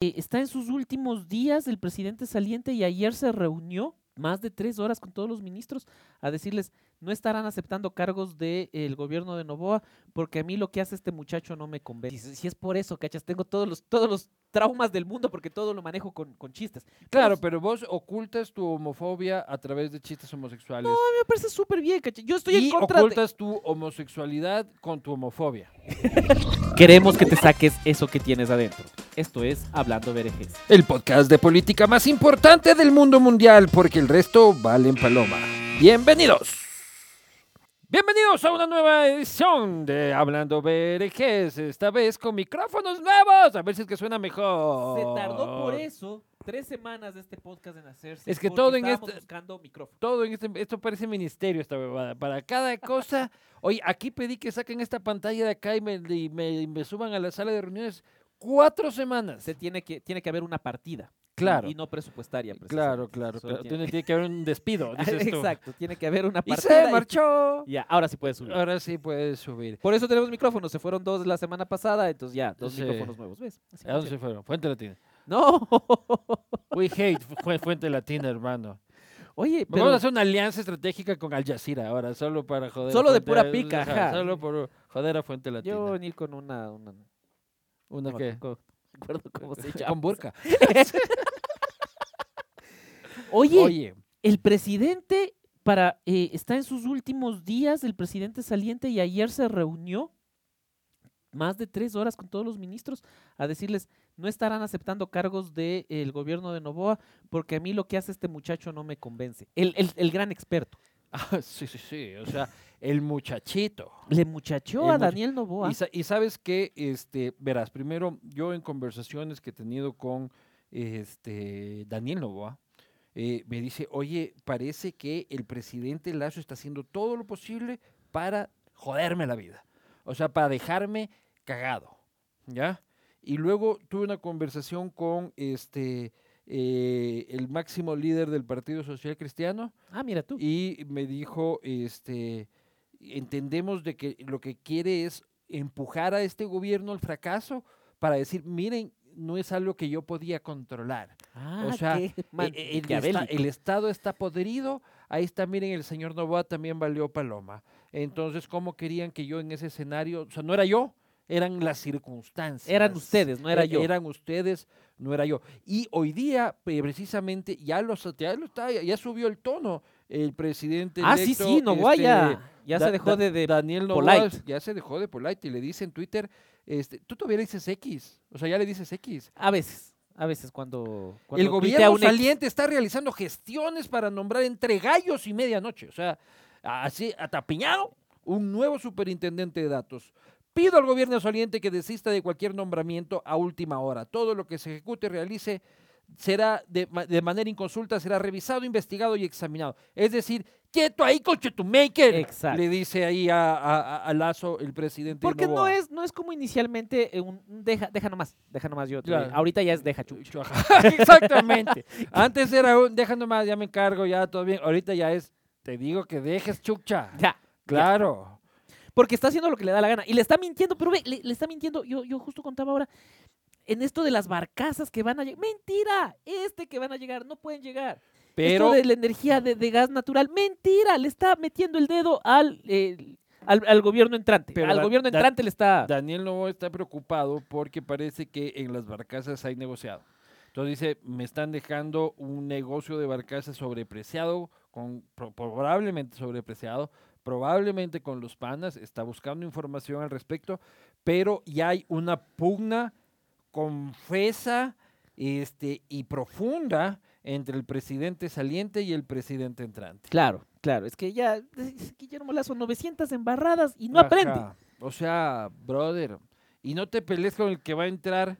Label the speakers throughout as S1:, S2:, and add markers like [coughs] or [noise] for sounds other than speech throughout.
S1: Eh, está en sus últimos días el presidente saliente y ayer se reunió más de tres horas con todos los ministros a decirles no estarán aceptando cargos del de, eh, el gobierno de Novoa porque a mí lo que hace este muchacho no me convence. Si, si es por eso, cachas, tengo todos los, todos los traumas del mundo porque todo lo manejo con, con chistes.
S2: Claro, pero vos ocultas tu homofobia a través de chistes homosexuales.
S1: No, a mí me parece súper bien, cachas. Yo estoy en
S2: y
S1: contra de...
S2: ocultas tu homosexualidad con tu homofobia.
S1: Queremos que te saques eso que tienes adentro. Esto es Hablando Berejes.
S2: El podcast de política más importante del mundo mundial porque el resto valen paloma. Bienvenidos. Bienvenidos a una nueva edición de Hablando Berejes, esta vez con micrófonos nuevos, a ver si es que suena mejor.
S1: Se tardó por eso tres semanas de este podcast en hacerse.
S2: Es que
S1: porque
S2: todo en
S1: estábamos
S2: este-
S1: buscando micrófono.
S2: Todo en este, esto parece ministerio esta bebada, para cada cosa. Oye, aquí pedí que saquen esta pantalla de acá y me, y me- y me suban a la sala de reuniones cuatro semanas.
S1: Se tiene que, tiene que haber una partida. y-
S2: Claro.
S1: Y, no presupuestaria.
S2: Claro,
S1: precisamente.
S2: claro,
S1: Solo
S2: claro.
S1: tiene-
S2: Tiene, tiene que haber
S1: [laughs]
S2: un despido, dices tú.
S1: Exacto, tiene que haber una
S2: Y
S1: partida. [laughs]
S2: se marchó.
S1: Ya, ahora sí puedes subir.
S2: Ahora sí puedes subir.
S1: Por eso tenemos micrófonos. Se fueron dos la semana pasada, entonces ya, dos
S2: Sí.
S1: micrófonos nuevos. ¿Ves? Así
S2: ¿A dónde
S1: funciona.
S2: se fueron? Fuente Latina.
S1: No. [laughs]
S2: We hate fu- Fuente Latina, hermano.
S1: Oye,
S2: Vamos
S1: pero
S2: a hacer una alianza estratégica con Al Jazeera ahora, solo para joder. a
S1: Solo de
S2: Fuente-
S1: pura pica, ajá.
S2: Solo por joder a Fuente Latina.
S1: yo venir con una. una
S2: ¿Una
S1: no me
S2: qué?
S1: acuerdo- no me acuerdo cómo
S2: [laughs]
S1: se
S2: Con
S1: llama.
S2: burka.
S1: Oye,
S2: Oye,
S1: el presidente para eh, está en sus últimos días, el presidente saliente, y ayer se reunió más de tres horas con todos los ministros a decirles no estarán aceptando cargos del gobierno de Novoa porque a mí lo que hace este muchacho no me convence. El, el- el gran experto.
S2: ah, [laughs] sí, sí, sí. O sea, el muchachito.
S1: Le muchacheó
S2: El
S1: a
S2: much-
S1: Daniel Novoa.
S2: Y, sa- y sabes que, este, verás, primero, yo en conversaciones que he tenido con este, Daniel Novoa, eh, me dice, oye, parece que el presidente Lazo está haciendo todo lo posible para joderme la vida. O sea, para dejarme cagado. ¿Ya? Y luego tuve una conversación con este, eh, el máximo líder del Partido Social Cristiano,
S1: Ah, mira tú.
S2: y me dijo, este, entendemos de que lo que quiere es empujar a este gobierno al fracaso para decir, miren, no es algo que yo podía controlar.
S1: Ah,
S2: o sea,
S1: qué
S2: Eh,
S1: man-
S2: eh, El, esta-
S1: maquiavélico.
S2: el Estado está podrido, ahí está, miren, el señor Novoa también valió paloma. Entonces, ¿cómo querían que yo en ese escenario, o sea, no era yo, eran las circunstancias.
S1: Eran ustedes, no era
S2: Eh,
S1: yo.
S2: Eran ustedes, no era yo. Y hoy día, eh, precisamente, ya, los, ya, lo está- ya subió el tono el presidente.
S1: ah, sí,
S2: electo,
S1: sí, Novoa
S2: este,
S1: ya, ya
S2: Da-
S1: se dejó
S2: Da-
S1: de... de-
S2: Daniel Novoa
S1: polite.
S2: ya se dejó de polite y le dice en Twitter, este, tú todavía le dices X, o sea, ya le dices X.
S1: a veces, a veces cuando... cuando
S2: el
S1: tuitea
S2: gobierno
S1: un ex-
S2: saliente está realizando gestiones para nombrar entre gallos y medianoche, o sea, así atapiñado, un nuevo superintendente de datos. Pido al gobierno saliente que desista de cualquier nombramiento a última hora. Todo lo que se ejecute y realice será de, ma- de manera inconsulta, será revisado, investigado y examinado. Es decir, quieto ahí, cochetumaker,
S1: Exacto.
S2: le dice ahí a, a- a- a Lazo el presidente.
S1: Porque no
S2: Novoa.
S1: es, no es como inicialmente eh, un un deja, deja nomás, deja nomás yo. te doy.
S2: Claro.
S1: Ahorita ya es deja chucha. [laughs]
S2: Ajá, [laughs] Exactamente. Antes era un, deja nomás, ya me encargo, ya todo bien. Ahorita ya es, te digo que dejes chucha.
S1: Ya.
S2: Claro.
S1: Porque está haciendo lo que le da la gana. Y le está mintiendo, pero ve, le, le está mintiendo. Yo, yo justo contaba ahora en esto de las barcazas que van a llegar. ¡Mentira! Este que van a llegar, no pueden llegar.
S2: Pero,
S1: Esto de la energía de, de gas natural, ¡mentira! Le está metiendo el dedo al, eh, al, al gobierno entrante.
S2: Pero
S1: al
S2: da-
S1: gobierno
S2: da-
S1: entrante le está...
S2: Daniel Novoa está preocupado porque parece que en las barcazas hay negociado. Entonces dice, me están dejando un negocio de barcazas sobrepreciado, con, pro- probablemente sobrepreciado, probablemente con los panas, está buscando información al respecto, pero ya hay una pugna confesa este, y profunda entre el presidente saliente y el presidente entrante.
S1: Claro, claro. Es que ya es Guillermo Lazo, 900 embarradas y no aprende.
S2: Ajá. O sea, brother, y no te pelees con el que va a entrar,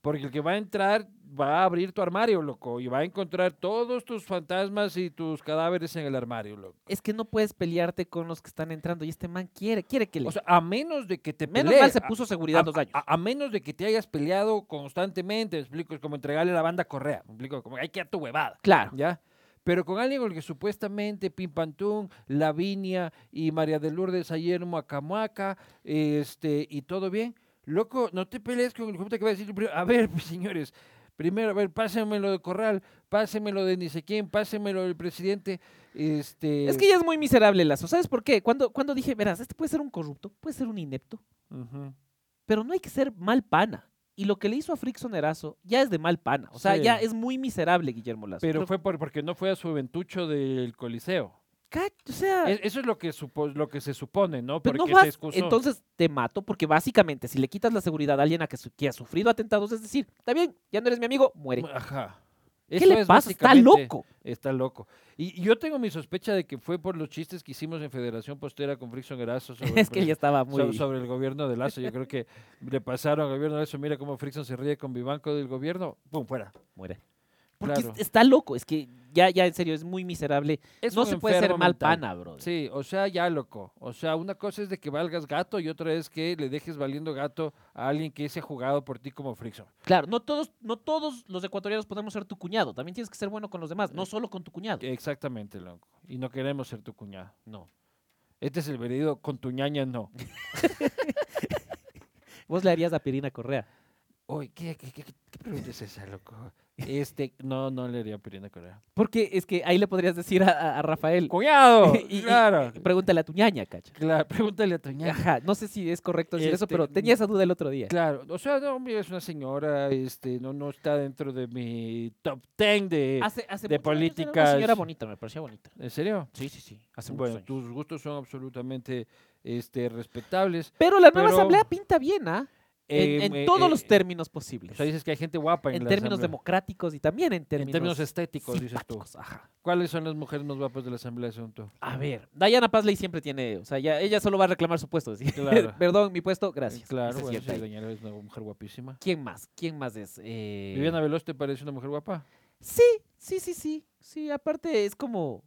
S2: porque el que va a entrar va a abrir tu armario, loco, y va a encontrar todos tus fantasmas y tus cadáveres en el armario, loco.
S1: es que no puedes pelearte con los que están entrando y este man quiere, quiere que le...
S2: O sea, Ah, a menos de que te
S1: Menos
S2: pelees,
S1: mal se
S2: a-
S1: puso seguridad dos
S2: a,
S1: años.
S2: a- a menos de que te hayas peleado constantemente, ¿me explico, es como entregarle la banda a correa, ¿me explico, como hay que a tu huevada,
S1: claro.
S2: ¿ya? Pero con alguien con el que supuestamente Pimpantún, Lavinia y María de Lourdes ayer en Muacamuaca, este, y todo bien, loco, no te pelees con el comité que va a decir, primero". a ver, [laughs] pues, señores, primero, a ver, pásenmelo de Corral, pásenmelo de ni sé quién, pásenmelo del presidente. Este...
S1: Es que ya es muy miserable Lazo. ¿Sabes por qué? Cuando, cuando dije, verás, este puede ser un corrupto, puede ser un inepto,
S2: Ujú.
S1: pero no hay que ser mal pana. Y lo que le hizo a Frickson Erazo ya es de mal pana. O sea,
S2: Sí.
S1: ya es muy miserable Guillermo Lazo.
S2: Pero
S1: Lo-
S2: fue por- porque no fue a su ventucho del Coliseo.
S1: Ca- o sea,
S2: E- Eso es lo que, supo- lo que se supone, ¿no?
S1: Ah. pero no
S2: Porque
S1: vas,
S2: se excusó.
S1: entonces te mato porque básicamente si le quitas la seguridad a alguien a que, su- que ha sufrido atentados, es decir, está bien, ya no eres mi amigo, muere.
S2: Ajá.
S1: ¿Qué
S2: Eso
S1: le
S2: es
S1: pasa? Está
S2: básicamente-
S1: loco.
S2: Está loco. Y y yo tengo mi sospecha de que fue por los chistes que hicimos en Federación Postera con Frickson Grasso sobre,
S1: [laughs] Es que
S2: el-
S1: ya estaba
S2: so-
S1: muy...
S2: sobre el gobierno de Lazo. Yo creo que le pasaron al gobierno de Lazo. Mira cómo Frickson se ríe con Vivanco del gobierno. ¡Pum! Fuera.
S1: Muere. Porque
S2: Claro.
S1: es- está loco, es que ya, ya en serio, es muy miserable.
S2: Es
S1: no
S2: un
S1: se puede ser
S2: enfermo
S1: mal
S2: mental.
S1: pana, bro.
S2: Sí, o sea, ya loco. O sea, una cosa es de que valgas gato y otra es que le dejes valiendo gato a alguien que se ha jugado por ti como Frickson.
S1: Claro, no todos, no todos los ecuatorianos podemos ser tu cuñado. También tienes que ser bueno con los demás,
S2: Eh.
S1: no solo con tu cuñado.
S2: Exactamente, loco. Y no queremos ser tu cuñado.
S1: No.
S2: Este es el veredicto con tu ñaña no.
S1: Vos le harías a Pirina Correa.
S2: Oye, ¿qué, qué, qué, qué pregunta es esa, loco? Este, no, no le haría Pirina Correa.
S1: Porque es que ahí le podrías decir a, a- a Rafael.
S2: [laughs] [laughs] ¡Cuñado!
S1: y- y-
S2: claro.
S1: Pregúntale a tu ñaña, cacha.
S2: Claro, pregúntale a tu ñaña.
S1: Ajá, no sé si es correcto decir eso,
S2: Este,
S1: pero tenía esa duda el otro día.
S2: Claro, o sea, no, mira, es una señora, este, no, no está dentro de mi top 10 de...
S1: Hace, hace muchos años
S2: de
S1: era
S2: políticas.
S1: Una señora bonita, me parecía bonita.
S2: ¿En serio?
S1: Sí, sí, sí. Hace
S2: Bueno,
S1: muchos años.
S2: tus gustos son absolutamente este, respetables.
S1: Pero la nueva
S2: pero-
S1: asamblea pinta bien, ¿ah? En,
S2: Em,
S1: en
S2: eh,
S1: todos
S2: eh,
S1: los términos posibles.
S2: O sea, dices que hay gente guapa en,
S1: en
S2: la
S1: términos
S2: asamblea.
S1: democráticos y también en
S2: En
S1: términos,
S2: términos estéticos, dices tú.
S1: simpáticos, ajá.
S2: ¿Cuáles son las mujeres más guapas de la asamblea, según tú?
S1: A ver, Diana Pasley siempre tiene, o sea, ya, ella solo va a reclamar su puesto. decir,
S2: Claro.
S1: [laughs] Perdón, mi puesto,
S2: Eh,
S1: gracias. y
S2: Claro,
S1: se
S2: bueno,
S1: sienta
S2: sí,
S1: ahí.
S2: doña Lara es una mujer guapísima.
S1: ¿Quién más? ¿Quién más es? Eh,
S2: ¿Viviana Veloz te parece una mujer guapa?
S1: Sí, sí, sí, sí. Sí, aparte es como...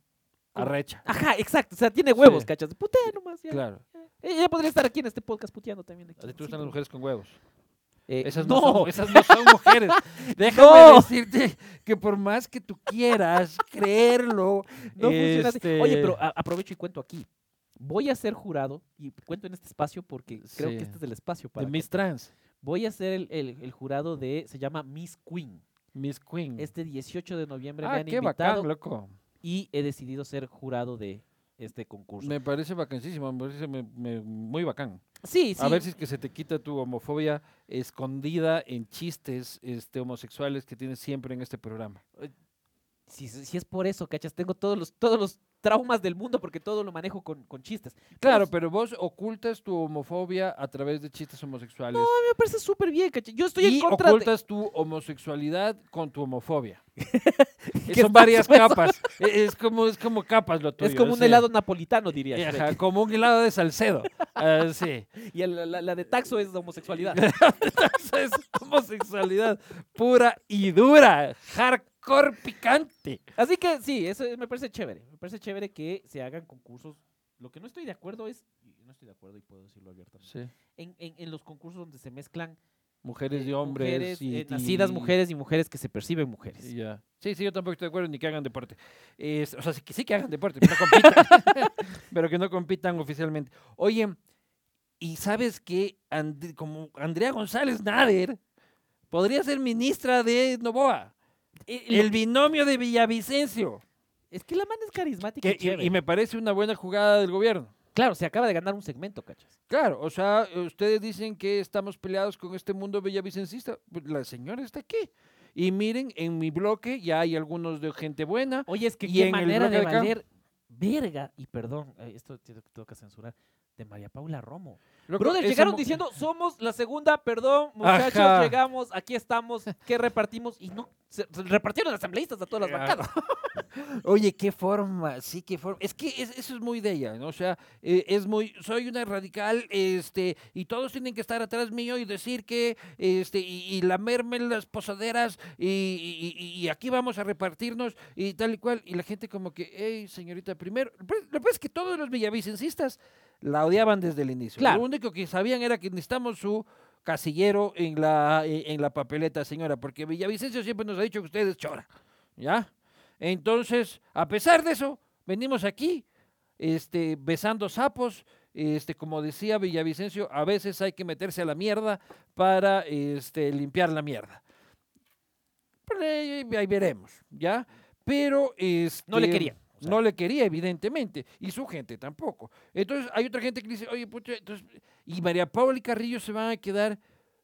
S1: ¿Cómo?
S2: Arrecha.
S1: Ajá, exacto. O sea, tiene huevos,
S2: Sí.
S1: cachas. Putea nomás. Ya.
S2: Claro.
S1: Ella podría estar aquí en este podcast puteando también. Aquí,
S2: A ti te
S1: sin
S2: gustan
S1: problema.
S2: las mujeres con huevos.
S1: Eh,
S2: Esas no,
S1: no,
S2: son, esas [laughs] no son mujeres. Déjame
S1: No.
S2: decirte que por más que tú quieras creerlo,
S1: [laughs] no funciona así. Oye,
S2: este,
S1: pero a- aprovecho y cuento aquí. Voy a ser jurado y cuento en este espacio porque creo
S2: Sí.
S1: que este es el espacio para...
S2: de Miss Trans,
S1: Voy a ser el, el- el jurado de, se llama Miss Queen.
S2: Miss Queen.
S1: Este 18 de noviembre me
S2: Mm. ah,
S1: han
S2: qué
S1: invitado
S2: bacán, loco.
S1: y he decidido ser jurado de este concurso.
S2: Me parece bacanísimo, me parece me- me- muy bacán.
S1: Sí, sí.
S2: A ver si es que se te quita tu homofobia escondida en chistes este, homosexuales que tienes siempre en este programa.
S1: si, si es por eso, cachas, tengo todos los, todos los traumas del mundo porque todo lo manejo con, con chistes.
S2: Claro,
S1: Pues-
S2: pero vos ocultas tu homofobia a través de chistes homosexuales.
S1: Me parece súper bien, cachas. Yo estoy en
S2: y
S1: contra de...
S2: ocultas tu homosexualidad con tu
S1: [laughs]
S2: homofobia. Eh,
S1: ¿Qué
S2: Son varias
S1: pasó eso?
S2: capas. Eh, Es como, es como capas lo tuyo.
S1: Es como un
S2: sí.
S1: helado napolitano, diría
S2: Eh,
S1: Shrek.
S2: ajá, como un helado de Salcedo. Ah, sí. [laughs]
S1: Y el- la, la- la de taxo es homosexualidad.
S2: Eso es homosexualidad pura y dura. Hardcore picante.
S1: Así que sí, eso me parece chévere. Me parece chévere que se hagan concursos. Lo que no estoy de acuerdo es... y No estoy de acuerdo y puedo decirlo abiertamente. en, en- en los concursos donde se mezclan
S2: Mujeres
S1: eh,
S2: y hombres.
S1: mujeres,
S2: y-
S1: eh, nacidas
S2: y-
S1: mujeres y mujeres que se perciben mujeres.
S2: y ya. Sí, sí, yo tampoco estoy de acuerdo ni que hagan deporte. Es- o sea, sí que, sí que hagan
S1: [laughs]
S2: deporte, pero, no compitan. [laughs] Pero que no compitan oficialmente. Oye, ¿y sabes que como Andrea González Nader podría ser ministra de Novoa?
S1: Eh, lo-
S2: El binomio de Villavicencio.
S1: es que la man es carismática.
S2: Que-
S1: y
S2: y-
S1: chévere.
S2: y, me parece una buena jugada del gobierno.
S1: Claro, se acaba de ganar un segmento, cachas.
S2: Claro, o sea, ustedes dicen que estamos peleados con este mundo villavicencista. Pues La señora está aquí. Y miren, en mi bloque ya hay algunos de gente buena.
S1: Oye, es que
S2: Y
S1: qué
S2: en el
S1: manera
S2: bloque
S1: de
S2: de acá-
S1: valer verga. Y perdón, eh, esto te- te tengo que censurar. De María Paula Romo.
S2: Loco,
S1: Brothers,
S2: esa
S1: llegaron
S2: mu-
S1: diciendo, somos la segunda, perdón, muchachos,
S2: Ajá.
S1: llegamos, aquí estamos, ¿qué repartimos? Y no, se, se repartieron asambleístas a todas las
S2: Ah, [laughs]
S1: bancadas.
S2: [laughs] Oye, qué forma, sí, qué forma. Es que es- eso es muy de ella, ¿no? O sea, eh, es muy, soy una radical, este, y todos tienen que estar atrás mío y decir que, este, y, y lamerme las posaderas, y, y- y- y aquí vamos a repartirnos, y tal y cual. Y la gente como que, hey, señorita, primero, pues, lo que pasa es que todos los villavicencistas la odiaban desde el inicio.
S1: Claro.
S2: Lo único que sabían era que necesitamos su casillero en la, eh, en la papeleta, señora, porque Villavicencio siempre nos ha dicho que ustedes chora, ¿ya? Entonces, a pesar de eso, venimos aquí, este, besando sapos, eh, Este, como decía Villavicencio, a veces hay que meterse a la mierda para este, limpiar la mierda. Pero ahí, ahí veremos, ¿ya? Pero este,
S1: No le quería. o sea,
S2: no le quería, evidentemente, y su gente tampoco. Entonces, hay otra gente que dice, oye, pucha, entonces, y María Paula y Carrillo se van a quedar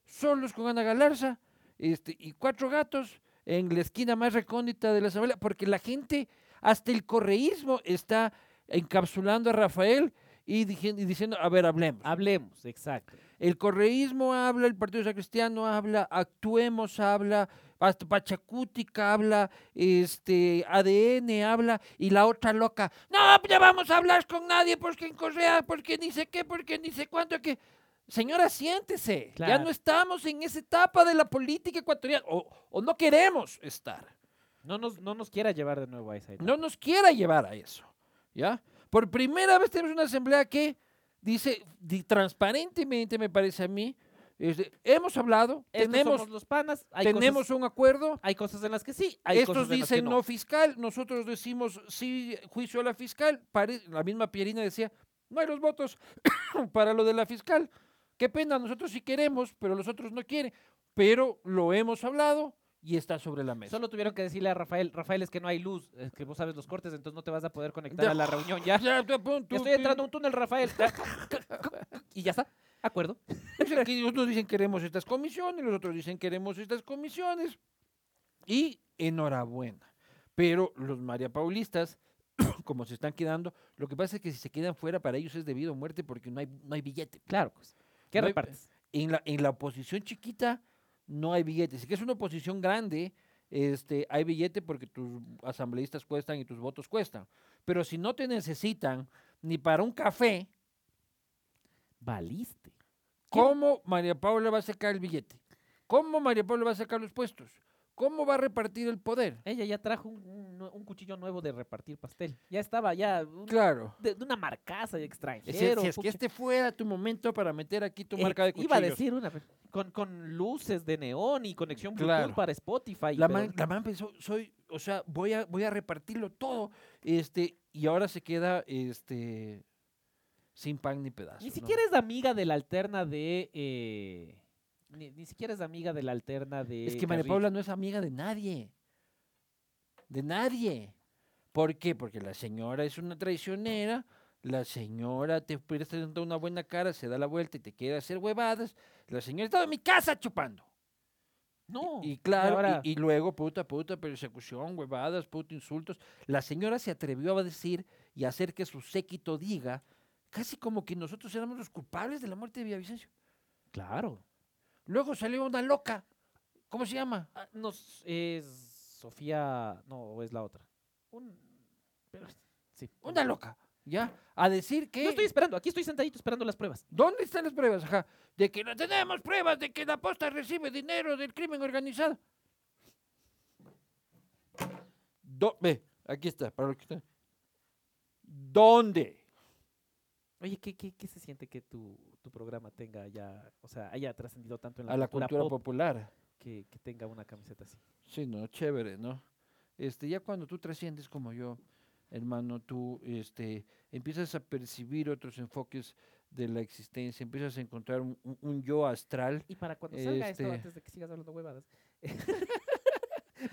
S2: solos con Ana Galarza este, y cuatro gatos en la esquina más recóndita de la asamblea, porque la gente, hasta el correísmo, está encapsulando a Rafael y, dije- y diciendo, a ver, hablemos.
S1: Hablemos, exacto.
S2: El correísmo habla, el Partido Sacristiano habla, Actuemos habla, hasta Pachacutica habla, este, ADN habla, y la otra loca, no, pues ya vamos a hablar con nadie, porque en Correa, porque ni sé qué, porque ni sé cuánto, que... Señora, siéntese, ya
S1: Claro.
S2: no estamos en esa etapa de la política ecuatoriana, o, o no queremos estar,
S1: No nos, no nos quiera llevar de nuevo a esa etapa.
S2: no nos quiera llevar a eso, ¿ya? Por primera vez tenemos una asamblea que dice, di- transparentemente me parece a mí, es de, hemos hablado,
S1: Estos
S2: tenemos
S1: somos los panas, hay,
S2: tenemos
S1: cosas,
S2: un acuerdo.
S1: hay cosas en las que sí, hay
S2: Estos
S1: cosas en las que
S2: dicen
S1: no.
S2: no. fiscal, nosotros decimos sí juicio a la fiscal. Pare- la misma Pierina decía, no hay los votos [coughs] para lo de la fiscal. Qué pena, nosotros sí queremos, pero los otros no quieren. Pero lo hemos hablado y está sobre la mesa.
S1: Solo tuvieron que decirle a Rafael, Rafael, es que no hay luz, es que vos sabes los cortes, entonces no te vas a poder conectar
S2: Ya.
S1: a la reunión ya.
S2: Ya, ya, pon, tú,
S1: Estoy
S2: tú,
S1: entrando a un túnel, [laughs] Rafael. y ya está. Acuerdo.
S2: Dicen que unos dicen queremos estas comisiones, los otros dicen queremos estas comisiones. Y enhorabuena. Pero los María Paulistas, [clears throat] como se están quedando, lo que pasa es que si se quedan fuera para ellos es debido a muerte porque no hay, no hay billete.
S1: Claro, pues. ¿Qué
S2: No hay-
S1: repartes?
S2: En la, en la oposición chiquita no hay billete. Si que es una oposición grande, este, hay billete porque tus asambleístas cuestan y tus votos cuestan. Pero si no te necesitan ni para un café,
S1: Valiste. ¿Quién?
S2: ¿Cómo María Paula va a sacar el billete? ¿Cómo María Paula va a sacar los puestos? ¿Cómo va a repartir el poder?
S1: Ella ya trajo un, un nue- un cuchillo nuevo de repartir pastel. Ya estaba, ya. un-
S2: Claro.
S1: de, de una marcaza de
S2: Si,
S1: extranjero.
S2: si es que
S1: pucha.
S2: este fuera tu momento para meter aquí tu
S1: Eh,
S2: marca de cuchillos.
S1: Iba a decir una. pero- Con, con luces de neón y conexión Bluetooth
S2: Claro.
S1: para Spotify.
S2: La
S1: pero
S2: man,
S1: no.
S2: la man pensó, soy, o sea, voy a, voy a repartirlo todo, este, y ahora se queda, este, sin pan ni pedazo.
S1: Ni
S2: ¿no?
S1: siquiera es amiga de la alterna de. eh, ni, ni siquiera es amiga de la alterna de.
S2: Es que María
S1: Carrillo.
S2: Paula no es amiga de nadie. De nadie. ¿Por qué? Porque la señora es una traicionera. La señora te presenta una buena cara, se da la vuelta y te quiere hacer huevadas. La señora estaba en mi casa chupando.
S1: No.
S2: Y claro, y-
S1: ahora-
S2: y, luego puta, puta, persecución, huevadas, puta, insultos. La señora se atrevió a decir y a hacer que su séquito diga, casi como que nosotros éramos los culpables de la muerte de Villavicencio.
S1: Claro.
S2: Luego salió una loca. ¿Cómo se llama?
S1: Ah, No, s- es Sofía. No, o es la otra. Un- pero- sí.
S2: Una loca, ¿ya? A decir que...
S1: No estoy esperando, aquí estoy sentadito esperando las pruebas.
S2: ¿Dónde están las pruebas? Ajá. De que no tenemos pruebas de que la posta recibe dinero del crimen organizado. Do- ve, aquí está, para los que están. ¿Dónde?
S1: Oye, ¿qué, qué, qué se siente que tu, tu programa tenga ya, o sea, haya trascendido tanto en la,
S2: A la cultura
S1: pop
S2: popular.
S1: que, que tenga una camiseta así?
S2: Sí, no, chévere, ¿no? Este, ya cuando tú trasciendes como yo, hermano, tú este, empiezas a percibir otros enfoques de la existencia, empiezas a encontrar un- un- un yo astral
S1: Y para cuando salga esto,
S2: Este-
S1: antes de que sigas hablando [laughs] huevadas,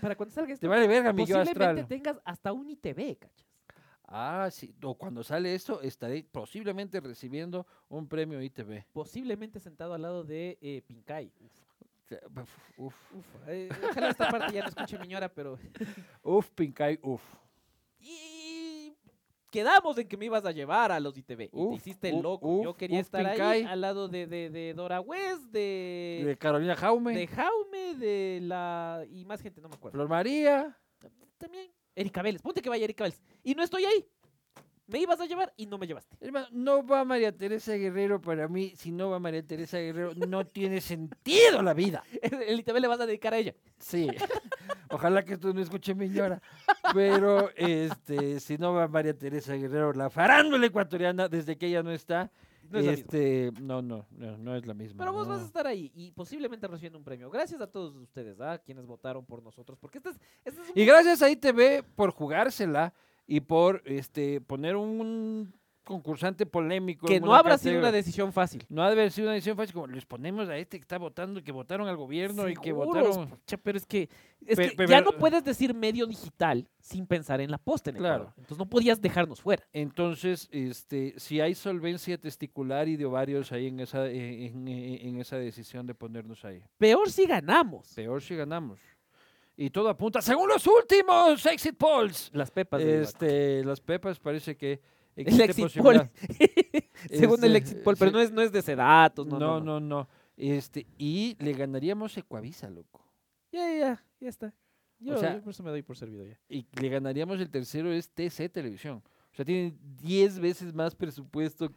S1: para cuando salga
S2: Te
S1: esto,
S2: vale verga mi yo
S1: posiblemente
S2: astral.
S1: tengas hasta un ITV, ¿cachas?
S2: Ah, sí. O cuando sale esto, estaré posiblemente recibiendo un premio ITV.
S1: Posiblemente sentado al lado de eh, Pincay. Uf,
S2: Uf, uf,
S1: uf, eh, ojalá esta parte ya no escuche mi ñora, pero...
S2: uf, Pincay, uf.
S1: Y quedamos en que me ibas a llevar a los ITV. y te
S2: Uf,
S1: hiciste
S2: uf,
S1: loco. Yo
S2: uf,
S1: quería
S2: uf,
S1: estar ahí
S2: Pincay.
S1: al lado de, de, de Dora West, de,
S2: De Carolina Jaume,
S1: Eh, de Jaume, de la. y más gente, no me acuerdo.
S2: Flor María.
S1: También. Erika Vélez. Ponte que vaya Erika Vélez. Y no estoy ahí. Me ibas a llevar y no me llevaste. [laughs]
S2: Hermano, no va María Teresa Guerrero para mí. Si no va María Teresa Guerrero, no tiene sentido la vida.
S1: El ITV le vas a dedicar a ella.
S2: Sí. [laughs] Ojalá que esto no escuche mi señora. Pero este, si no va María Teresa Guerrero, la farándula ecuatoriana, desde que ella no está,
S1: No es la misma.
S2: este, no, no, no, no es la misma.
S1: Pero vos vas a
S2: no.
S1: estar ahí y posiblemente recibiendo un premio. Gracias a todos ustedes, a quienes votaron por nosotros. Porque este es, este es un
S2: Y gracias a ITV por jugársela y por este poner un concursante polémico.
S1: Que
S2: en
S1: no
S2: una
S1: habrá sido
S2: categoría.
S1: una decisión fácil.
S2: No ha de haber sido una decisión fácil, como les ponemos a este que está votando, que votaron al gobierno y que
S1: Seguros, pues.
S2: votaron...
S1: pucha, pero es que, es
S2: Pe-
S1: que
S2: pe-
S1: ya
S2: pero-
S1: no puedes decir medio digital sin pensar en la posta en Ecuador.
S2: Claro.
S1: Entonces no podías dejarnos fuera.
S2: Entonces, este, si hay solvencia testicular y de ovarios ahí en esa, eh, en, eh, en esa decisión de ponernos ahí.
S1: Peor si ganamos.
S2: Peor si ganamos. Y todo apunta, según los últimos exit polls.
S1: Las pepas. de Divac.
S2: Este, las pepas parece que
S1: el
S2: existe
S1: exit poll.
S2: posibilidad.
S1: [laughs] Según el
S2: Este,
S1: exit poll, pero
S2: sí.
S1: no es, no es de sedatos.
S2: No,
S1: No,
S2: no, no. Este, y le ganaríamos Ecuavisa, loco.
S1: Ya, ya, ya, ya está. Yo,
S2: sea-
S1: yo por eso me doy por servido ya.
S2: Y le ganaríamos el tercero es TC Televisión. O sea, tienen 10 veces más presupuesto.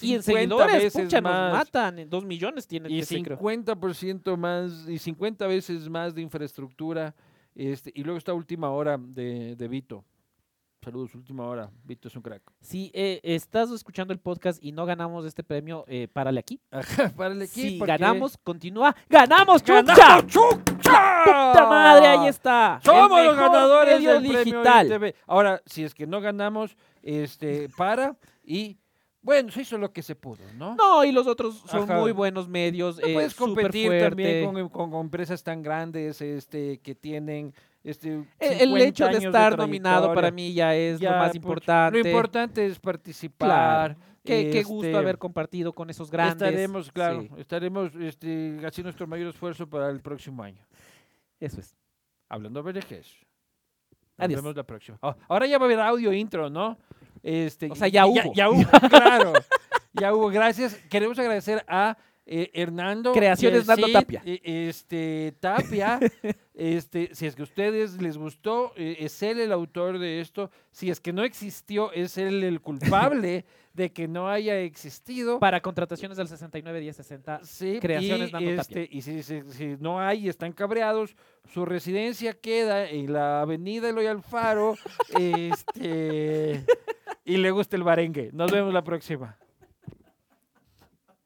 S1: Y en
S2: 50
S1: seguidores,
S2: veces
S1: pucha,
S2: más.
S1: nos matan. en Dos millones tienen
S2: y
S1: que ser, creo.
S2: 50% más y 50 veces más de infraestructura. Este, y luego está última hora de, de Vito. Saludos, última hora. Vito es un crack.
S1: Si eh, estás escuchando el podcast y no ganamos este premio, eh, párale aquí.
S2: Ajá, [laughs] para el equipo.
S1: Si
S2: que-
S1: ganamos, continúa. ¡Ganamos, chucha!
S2: ¡Ganamos, chucha!
S1: ¡Puta madre! Ahí está. El
S2: Somos los
S1: mejor
S2: ganadores
S1: medio
S2: del
S1: digital.
S2: premio ITV. Ahora, si es que no ganamos, este, para y bueno, se hizo lo que se pudo, ¿no?
S1: No, y los otros son
S2: Ajá.
S1: muy buenos medios.
S2: No
S1: eh,
S2: puedes
S1: súper
S2: competir
S1: fuerte.
S2: también con, con- con empresas tan grandes, este, que tienen este
S1: El, el hecho
S2: 50
S1: de
S2: años
S1: estar nominado
S2: trayectoria.
S1: para mí ya es
S2: Ya,
S1: lo más
S2: pucha,
S1: importante.
S2: Lo importante es participar.
S1: Qué, qué
S2: este,
S1: gusto haber compartido con esos grandes.
S2: Estaremos, claro,
S1: Sí,
S2: estaremos este, haciendo nuestro mayor esfuerzo para el próximo año.
S1: eso es.
S2: Hablando de herejes.
S1: Adiós.
S2: Nos vemos la próxima. Ah, ahora ya va a haber audio intro, ¿no? Este,
S1: O sea, ya
S2: Ya,
S1: hubo. [laughs]
S2: hubo, claro. Ya hubo. Gracias. Queremos agradecer a eh, Hernando.
S1: Creaciones
S2: y el
S1: Nando
S2: Cid,
S1: Tapia.
S2: eh, Este,
S1: [laughs]
S2: Tapia. este, si es que a ustedes les gustó, eh, es él el autor de esto. Si es que no existió, es él el culpable
S1: [laughs]
S2: de que no haya existido.
S1: Para contrataciones del 69-1060.
S2: Sí,
S1: Creaciones
S2: y,
S1: Nando Tapia.
S2: este, y si, si- si no hay, están cabreados, su residencia queda en la avenida
S1: [laughs]
S2: Eloy Alfaro, este, y le gusta el barengue. Nos vemos la próxima.